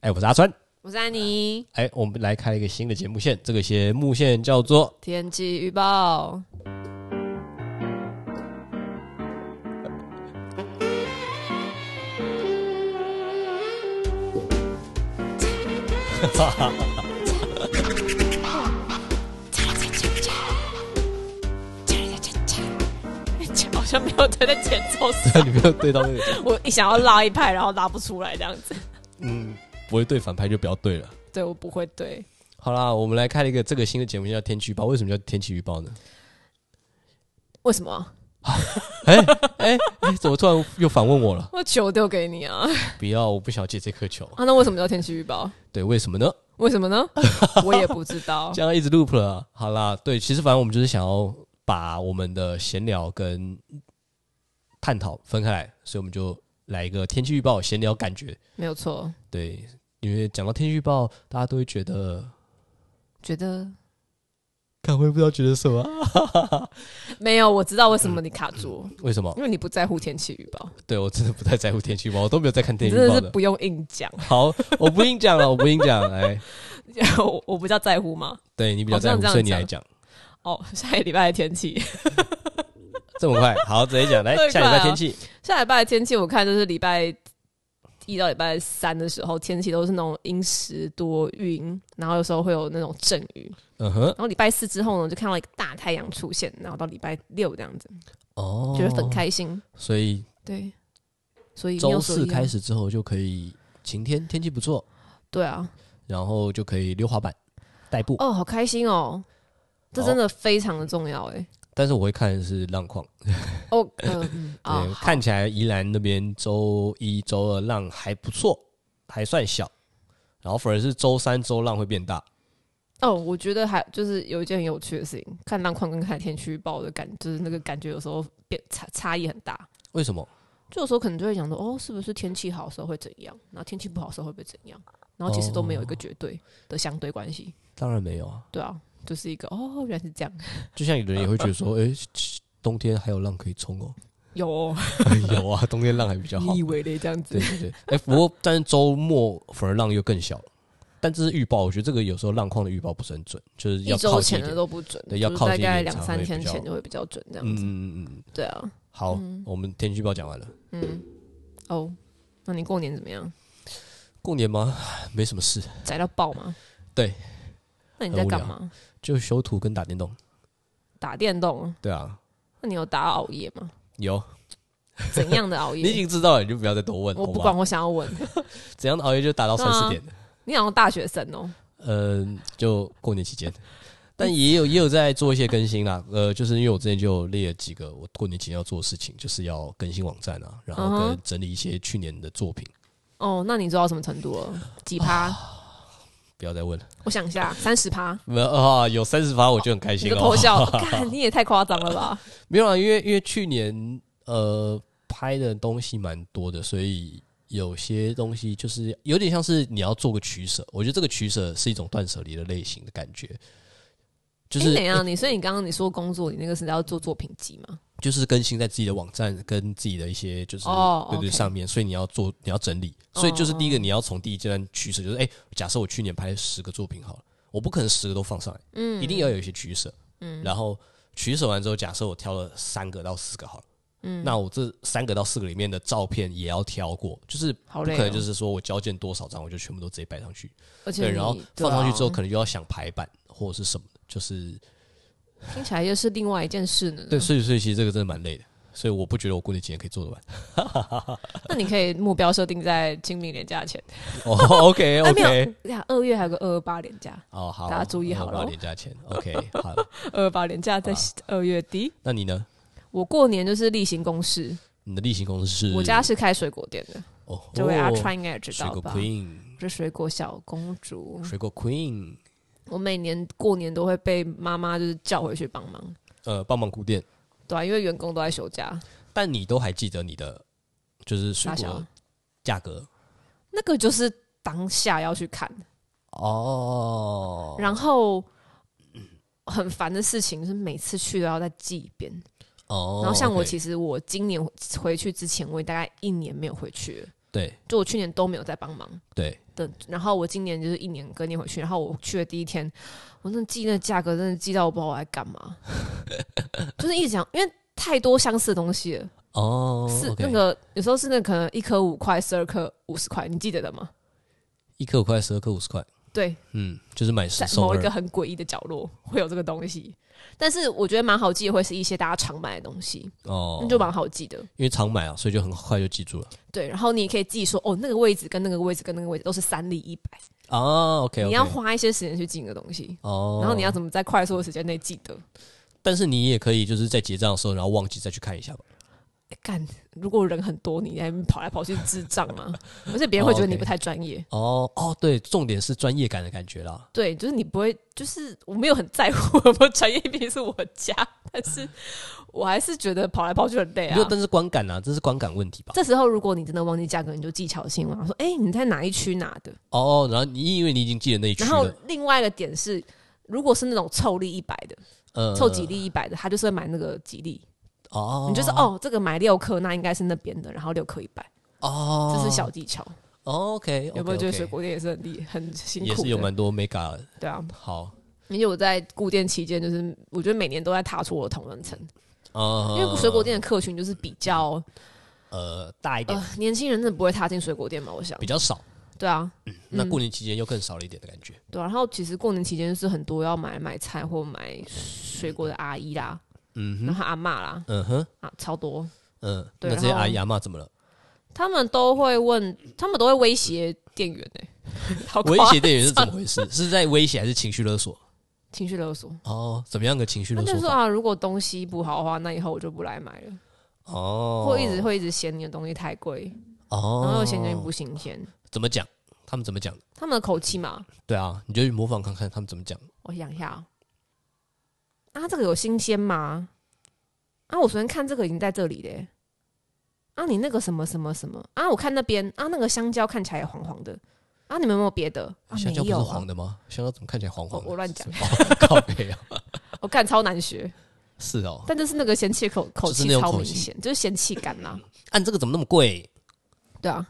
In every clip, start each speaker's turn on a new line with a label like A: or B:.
A: 哎，我是阿川。
B: 我是安妮，
A: 哎，我们来开一个新的节目线，这个节目线叫做
B: 天气预报。好像没有对在前奏上，
A: 你没有对到那个，
B: 我一想要拉一派，然后拉不出来这样子。
A: 嗯，不会对反派就不要对了。
B: 对我不会对，
A: 好啦，我们来开了一个这个新的节目线叫天气预报。为什么叫天气预报呢？
B: 为什么？
A: 哎哎哎，怎么突然又反问我了？
B: 我球丢给你啊！
A: 不要，我不想接这颗球。
B: 啊，那为什么叫天气预报？
A: 对，为什么呢？
B: 为什么 呢？我也不知道。
A: 这样一直 loop 了啊。好啦，对，其实反正我们就是想要把我们的闲聊跟探讨分开来，所以我们就来一个天气预报闲聊感觉。
B: 没有错，
A: 对，因为讲到天气预报，大家都会觉得，
B: 觉得
A: 看会不知道觉得什么啊、
B: 没有。我知道为什么你卡住，
A: 为什么？
B: 因为你不在乎天气预报，
A: 对我真的不太在乎天气预报，我都没有在看
B: 你
A: 天气
B: 真
A: 预报
B: 的是
A: 的。
B: 不用硬讲。
A: 好，我不硬讲了，我不硬讲。哎，
B: 我我不叫在乎吗？
A: 对你比较
B: 好像
A: 在乎，
B: 这样
A: 所以你
B: 讲
A: 来讲。
B: 哦，下一礼拜的天气，
A: 这么快，好，直接讲。来，
B: 对
A: 下礼
B: 快
A: 拜
B: 啊
A: 天气，
B: 下礼拜的天气我看就是礼拜一到礼拜三的时候，天气都是那种阴时多云，然后有时候会有那种阵雨。
A: 嗯哼，
B: 然后礼拜四之后呢，就看到一个大太阳出现，然后到礼拜六这样子，
A: 哦，
B: 觉得很。开心。
A: 所以
B: 对，所以
A: 周四开
B: 始，
A: 始之后就可以晴天，天气不错，
B: 对啊，
A: 然后就可以溜滑板、代步。
B: 哦，好开心哦，这
A: 好
B: 真的非常的重要哎。
A: 但是我会看的是浪况，
B: 哦，呃嗯
A: 对，
B: 啊，
A: 看起来宜兰那边周一周二浪还不错，还算小，然后反而是周三周浪会变大。
B: 哦，我觉得还就是有一件很有趣的事情，看浪况跟看天气预报的感，就是那个感觉有时候变差差异很大。
A: 为什么？
B: 就有时候可能就会想说，哦，是不是天气好的时候会怎样，然后天气不好的时候会不会怎样，然后其实都没有一个
A: 哦
B: 绝对的相对关系，
A: 当然没有啊，
B: 对啊，就是一个哦，原来是这样，
A: 就像有的人也会觉得说，诶，冬天还有浪可以冲哦，
B: 有、哦、
A: 有啊，冬天浪还比较好
B: 你以。为的这样子
A: 对，对对，哎、不过但是周末反而浪又更小了，但这是预报，我觉得这个有时候浪况的预报不是很准，就是
B: 一
A: 要
B: 周
A: 靠近
B: 前
A: 一
B: 的
A: 点。
B: 都不准，
A: 对要
B: 就是
A: 靠
B: 大
A: 近
B: 概
A: 一点
B: 两
A: 才会
B: 三
A: 比
B: 天
A: 较
B: 前就会比较准这样
A: 嗯
B: 子，
A: 嗯嗯嗯，
B: 对啊，
A: 好，我们天气预报讲完了。
B: 嗯，哦，那你过年怎么样？
A: 过年吗？没什么事，
B: 宅到爆吗？
A: 对，
B: 那你在干嘛？
A: 就修图跟打电动。
B: 打电动？
A: 对啊，
B: 那你有打熬夜吗？
A: 有
B: 怎样的 熬
A: 你已
B: 夜？
A: 经知道了，你嗯就不要再多问。
B: 我
A: 好
B: 不
A: 吗
B: 管，我想要问，
A: 怎样的熬夜就打到
B: 对
A: 三
B: 啊
A: 四点。
B: 你好像大学生哦、
A: 嗯、就过年期 间，但也有也有在做一些更新啦。呃，就是因为我之前就有列了几个我过年期间要做的事情，就是要更新网站啊，然后
B: 嗯
A: 跟
B: 哼
A: 整理一些去年的作品。
B: 哦，那你做到什么程度了？几趴？
A: 啊不要再问了，
B: 我想一下，三十趴，
A: 没有啊，有三十发我就很开
B: 你
A: 心
B: 就
A: 哦
B: 偷。笑，看你也太夸张了吧？
A: 没有啊，因为因为去年呃拍的东西蛮多的，所以有些东西就是有点像是你要做个取舍。我觉得这个取舍是一种断舍离的类型的感觉，就、
B: 就是怎样？哎你所以你刚刚你说工作，你那个是要做作品集吗？
A: 就是更新在自己的网站跟自己的一些就是、
B: 哦
A: 对对
B: OK 哦
A: 上面，所以你要做你要整理，所以就是第一个你要从第一阶段取舍，就是哎、假设我去年拍十个作品好了，我不可能十个都放上来，
B: 嗯，
A: 一定要有一些取舍，嗯，然后取舍完之后，假设我挑了三个到四个好了，嗯，那我这三个到四个里面的照片也要挑过，就是
B: 好
A: 不
B: 累、
A: 可
B: 哦，
A: 能就是说我交件多少张我就全部都直接摆上去，
B: 而且
A: 对，然后
B: 你
A: 放上去之后，
B: 对
A: 可能就要想排版或者是什么的，就是
B: 啊听起来又是另外一件事呢。
A: 对，所以所以其实这个真的蛮累的，所以我不觉得我过年期间可以做得完。
B: 那你可以目标设定在清明年假前，
A: 哦，OK
B: 哎没有
A: OK，
B: 对啊，二月还有个二二八年假，
A: 哦好，
B: 大家注意好了
A: 了，年假前 OK 好，
B: 二二八年假在
A: 啊
B: 二月底。
A: 那你呢？
B: 我过年就是例行公事，
A: 你的例行公事是？
B: 我家是开水果店的，
A: 哦，
B: 这位阿
A: 哦
B: 川应该也知
A: 水
B: 道
A: 果
B: 吧？
A: Queen，
B: 我是水果小公主，
A: 水果 Queen，
B: 我每年过年都会被妈妈就是叫回去帮忙，
A: 呃，帮忙顾店，
B: 对啊，因为员工都在休假，
A: 但你都还记得你的就是水
B: 大
A: 果
B: 小
A: 价格
B: 那个就是当下要去看，
A: 哦，
B: 然后。很烦的事情是每次去都要再记一遍，
A: 哦，
B: 然后像我其
A: 实
B: 实我今年回去之前，我也大概一年没有回去了，
A: 对
B: 就我去年都没有在帮忙
A: 对，
B: 的，然后我今年就是一年跟年回去，然后我去的第一天，我真的记那价格，真的记到我不知道我在干嘛， 就是一直讲，因为太多相似的东西了，
A: 哦，
B: 是
A: OK
B: 那个有时候是那可能一颗五块，十二颗五十块，你记得的吗？
A: 一颗五块，十二颗五十块，
B: 对，
A: 嗯，就是买十
B: 在
A: 送
B: 某一
A: 二
B: 个，很诡异的角落会有这个东西，但是我觉得蛮好记，会是一些大家常买的东西，
A: 哦
B: 那，就蛮好记的。
A: 因为常买啊，所以就很快就记住了
B: 对，然后你也可以记说，哦，那个位置跟那个位置跟那个位置都是三粒一百，
A: 啊。OK，
B: 你要花一些时间去记那个东西，
A: 哦，
B: 然后你要，怎么在快速的时间内记得？
A: 但是你也可以就是在结账的时候，然后忘记再去看一下吧。
B: 诶干，如果人很多，你还跑来跑去智障 吗？而且别人会觉得你不太专业。
A: 哦哦，对，重点是专业感的感觉啦。
B: 对，就是你不会，就是我没有很在乎 有没有专业，毕竟是我家，但是我还是觉得跑来跑去很累
A: 没
B: 啊
A: 有，。但是观感啊，这是观感问题吧？
B: 这时候，如果你真的忘记价格，你就技巧性嘛，说：“哎、你在哪一区拿的
A: 哦，然后你因为你已经记得那一？”区
B: 然后
A: 了，
B: 另外一个点是，如果是那种凑粒一百的，
A: 呃，
B: 凑几粒一百的，他就是会买那个几粒。
A: 哦，
B: 你就是哦，这个买六颗，那应该是那边的，然后六颗一百，
A: 哦，
B: 这是小技巧。
A: OK，
B: 有没有觉得水
A: OK，OK
B: 果店也是很厉很辛苦
A: 也
B: 的？
A: 是有蛮多 mega 的
B: 对啊，
A: 好
B: 而且我在固店期间，就是我觉得每年都在踏出我的同仁层，
A: 啊？
B: 因为水果店的客群就是比较
A: 呃大一点
B: 呃年轻人真的不会踏进水果店嘛，我想
A: 比。较少，
B: 对啊，
A: 那过年期间又更少了一点的感觉。
B: 对啊。然后其实过年期间是很多要买买菜或买水果的阿姨啦，
A: 嗯
B: 然
A: 哼，
B: 后阿嬷啦，
A: 嗯哼，
B: 啊超多，
A: 嗯，
B: 对
A: 那这些
B: 然后
A: 阿姨阿嬷怎么了？
B: 他们都会问，他们都会威胁店员哎、好
A: 威
B: 夸
A: 胁店员是怎么回事？是在威胁还是情绪勒索？
B: 情绪勒索。
A: 哦，怎么样个情绪
B: 他
A: 勒
B: 就
A: 索
B: 说
A: 法？
B: 啊，如果东西不好的话，那以后我就不来买了，
A: 哦，
B: 啊或一直会一直嫌你的东西太贵，
A: 哦，
B: 然后又嫌你不新鲜。
A: 怎么讲？他们怎么讲？
B: 他们的口气嘛，
A: 对啊，你就去模仿看看他们怎么讲。
B: 我想一下哦啊，这个有新鲜吗？啊，我昨天看这个已经在这里嘞。啊，你那个什么什么什么啊，我看那边啊，那个香蕉看起来也黄黄的。啊，你们有没有别的？啊，
A: 香蕉
B: 没
A: 不是
B: 有
A: 黄
B: 啊。
A: 的吗？香蕉怎么看起来黄黄的？
B: 我我乱讲
A: 是哦靠背啊，
B: 我干超难学，
A: 是哦。
B: 但就是那个嫌弃的口 口
A: 就是
B: 气
A: 那种
B: 超
A: 口
B: 明
A: 气
B: 显，就是嫌弃感 啦、
A: 按这个怎么那么贵？
B: 对啊，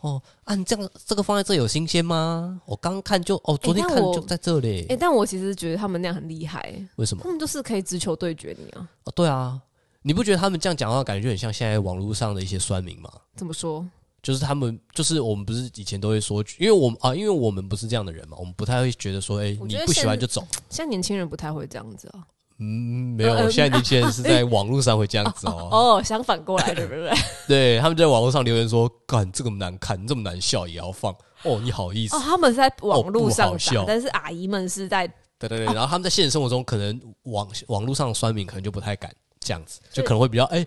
A: 哦，啊，你这样这个放在这有新鲜吗？我刚看就哦，昨天
B: 但
A: 看
B: 我
A: 就在这里
B: 哎、，但我其实觉得他们那样很厉害、
A: 为什么
B: 他？们就是可以直球对决你啊。
A: 哦，对啊，你不觉得他们这样讲话，感觉就很像现在网络上的一些酸民吗？
B: 怎么说？
A: 就是他们，就是我们不是以前都会说，因为我们啊，因为我们不是这样的人嘛，我们不太会觉得说，哎、
B: 我
A: 你
B: 觉得
A: 不喜欢
B: 现
A: 就走。
B: 现在年轻人不太会这样子啊。
A: 嗯，没有，
B: 呃呃
A: 现在年轻人是在网络上会这样子哦。
B: 哦，相反过来，对不对？
A: 对，他们在网络上留言说，干这个难看，这么难笑也要放，哦，你好意思
B: 哦，。他们是在网络
A: 哦不
B: 上
A: 好
B: 打
A: 笑，
B: 但是阿姨们是在
A: 对对
B: 哦
A: 对，然后他们在现实生活中可能网网络上的酸民可能就不太敢这样子，就可能会比较哎、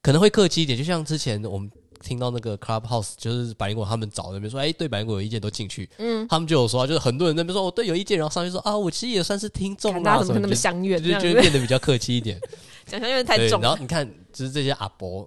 A: 可能会客气一点。就像之前我们听到那个 Clubhouse，就是百灵果他们找那边说，哎、对百灵果有意见都进去，嗯，他们就有说啊，就是很多人在那边说，哦，对有意见，然后上去说啊，我其实也算是听众
B: 看大
A: 啦，
B: 家
A: 什
B: 怎么可能那
A: 么
B: 么
A: 就
B: 相怨这
A: 就
B: 样
A: 就
B: 子
A: 会，变得比较客气一点。
B: 讲相怨 太
A: 对，
B: 重
A: 然
B: 了
A: 后，你看，就是这些阿伯，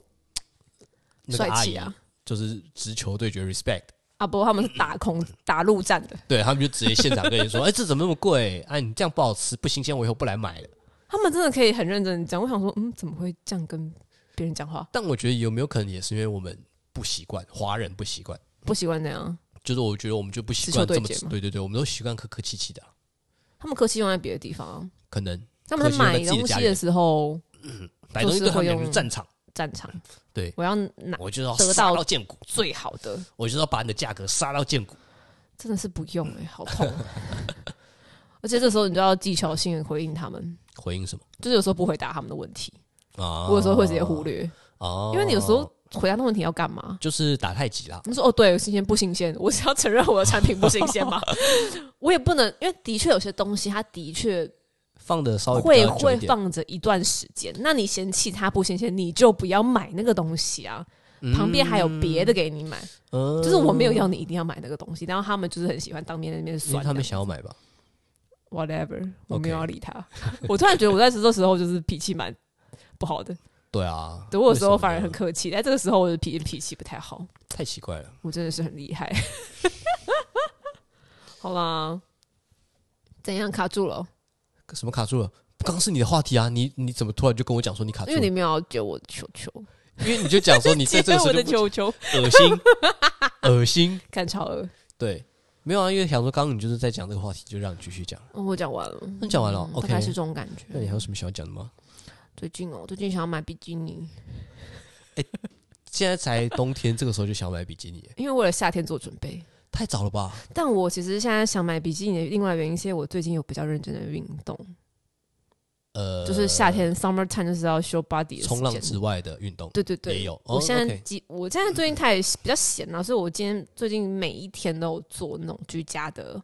A: 那个
B: 帅
A: 阿
B: 气
A: 姨
B: 啊！
A: 就是直球对决 respect。
B: 阿啊伯他们是打 空打陆战的，
A: 对他们就直接现场跟 你说：“哎、这怎么那么贵？哎、你这样不好吃，不新鲜，我以后不来买了。”
B: 他们真的可以很认真地讲。我想说，嗯，怎么会这样跟别人讲话？
A: 但我觉得有没有可能也是因为我们不习惯，华人不习惯，
B: 不习惯那样，啊
A: 就是我觉得我们就不习
B: 直球
A: 惯
B: 对
A: 这么
B: 决吗
A: 对对对，我们都习惯客客气气的啊、
B: 他们客气用在别的地方啊。
A: 可能
B: 他们在买
A: 客气用在自己
B: 东
A: 的家
B: 西
A: 园
B: 的时候，
A: 买东西对他们来
B: 会
A: 说是
B: 用
A: 战场，
B: 战场
A: 对
B: 我要拿
A: 我就是要
B: 得
A: 杀
B: 到
A: 到见骨，
B: 最好的，
A: 我就是要把你的价格杀到见骨。
B: 真的是不用哎、好痛啊、 而且这时候你就要技巧性的回应他们，
A: 回应什么
B: 就是有时候不回答他们的问题，
A: 啊？
B: 我有时候会直接忽略，
A: 哦，
B: 因为你有时候回答那问题要干嘛？
A: 就是打太极啦，
B: 他说：“哦，对，新鲜不新鲜？我是要承认我的产品不新鲜 吗？我也不能，因为的确有些东西它的确
A: 放的稍微比
B: 会
A: 较久
B: 会
A: 一点，
B: 放着一段时间。那你嫌弃它不新鲜，你就不要买那个东西啊。旁边还有别的给你买，
A: 嗯
B: 就是我没有要你一定要买那个东西。然后他们就是很喜欢当面那边
A: 因为
B: 酸
A: 他们
B: 这样
A: 想要买吧。
B: whatever，我没有
A: OK
B: 要理他。我突然觉得我在这时候就是脾气蛮不好的，
A: 对啊，
B: 对我有时候
A: 为什么呢
B: 反而很客气，在这个时候我的脾脾气不太好，
A: 太奇怪了。
B: 我真的是很厉 害。好啦，怎样卡住了？
A: 什么卡住了？刚是你的话题啊，你你怎么突然就跟我讲说你卡住
B: 因
A: 了
B: 为？你没有要接我的球球，
A: 因为你就讲说你在这
B: 接
A: 个时
B: 我
A: 候
B: 的
A: 就
B: 球球，
A: 恶心，恶心。
B: 看超额、
A: 对，没有啊，因为想说刚刚你就是在讲这个话题，就让你继续讲。
B: 哦我讲完了，嗯
A: 那讲完了
B: 大
A: ，OK
B: 概是这种感觉。
A: 那你还有什么想要讲的吗？
B: 最近哦，最近想要买比基尼，
A: 现在才冬天，这个时候就想买比基尼，
B: 因为为了夏天做准备。
A: 太早了吧？
B: 但我其实现在想买比基尼的另外原因，是因为我最近有比较认真的运动，
A: 呃，
B: 就是夏天 summer time 就是要 show body 的
A: 冲浪
B: 时间
A: 之外的运动，
B: 对对对，
A: 也有哦
B: 我现在
A: OK
B: 几，我现在最近太比较闲了，所以我今天最近每一天都有做那种居家的，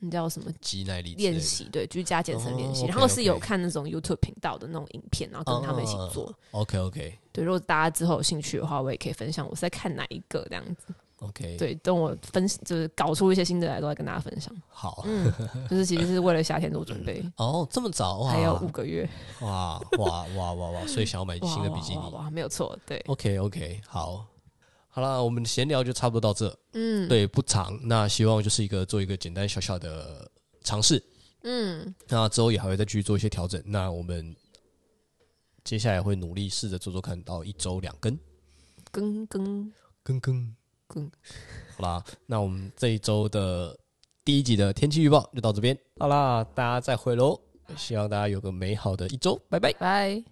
B: 你知道什么
A: 肌耐力之类的
B: 练习？对，居家健身练习。
A: 哦
B: 然后
A: OK，OK
B: 是有看那种 YouTube 频道的那种影片，然后跟他们一起
A: 哦
B: 做。
A: OK OK
B: 对，如果大家之后有兴趣的话，我也可以分享我是在看哪一个这样子。
A: OK，，
B: 对，等我分就是搞出一些新的来，都来跟大家分享。
A: 好。
B: 嗯，就是其实是为了夏天做准备，
A: 哦，这么早哇！
B: 还有五个月。
A: 哇哇哇哇哇！所以想要买
B: 哇
A: 新的比基尼哦
B: 哇。哇哇，没有错，对，
A: OK OK，好，好啦，我们闲聊就差不多到这。
B: 嗯，，
A: 对，不长，那希望就是一个做一个简单小小的尝试。
B: 嗯，
A: 那之后也还会再继续做一些调整。那我们接下来会努力试着做做看到一周两更，
B: 跟跟
A: 更更
B: 跟，
A: 好啦，那我们这一周的第一集的天气预报就到这边，好啦，大家再会喽，希望大家有个美好的一周，拜拜。
B: 拜。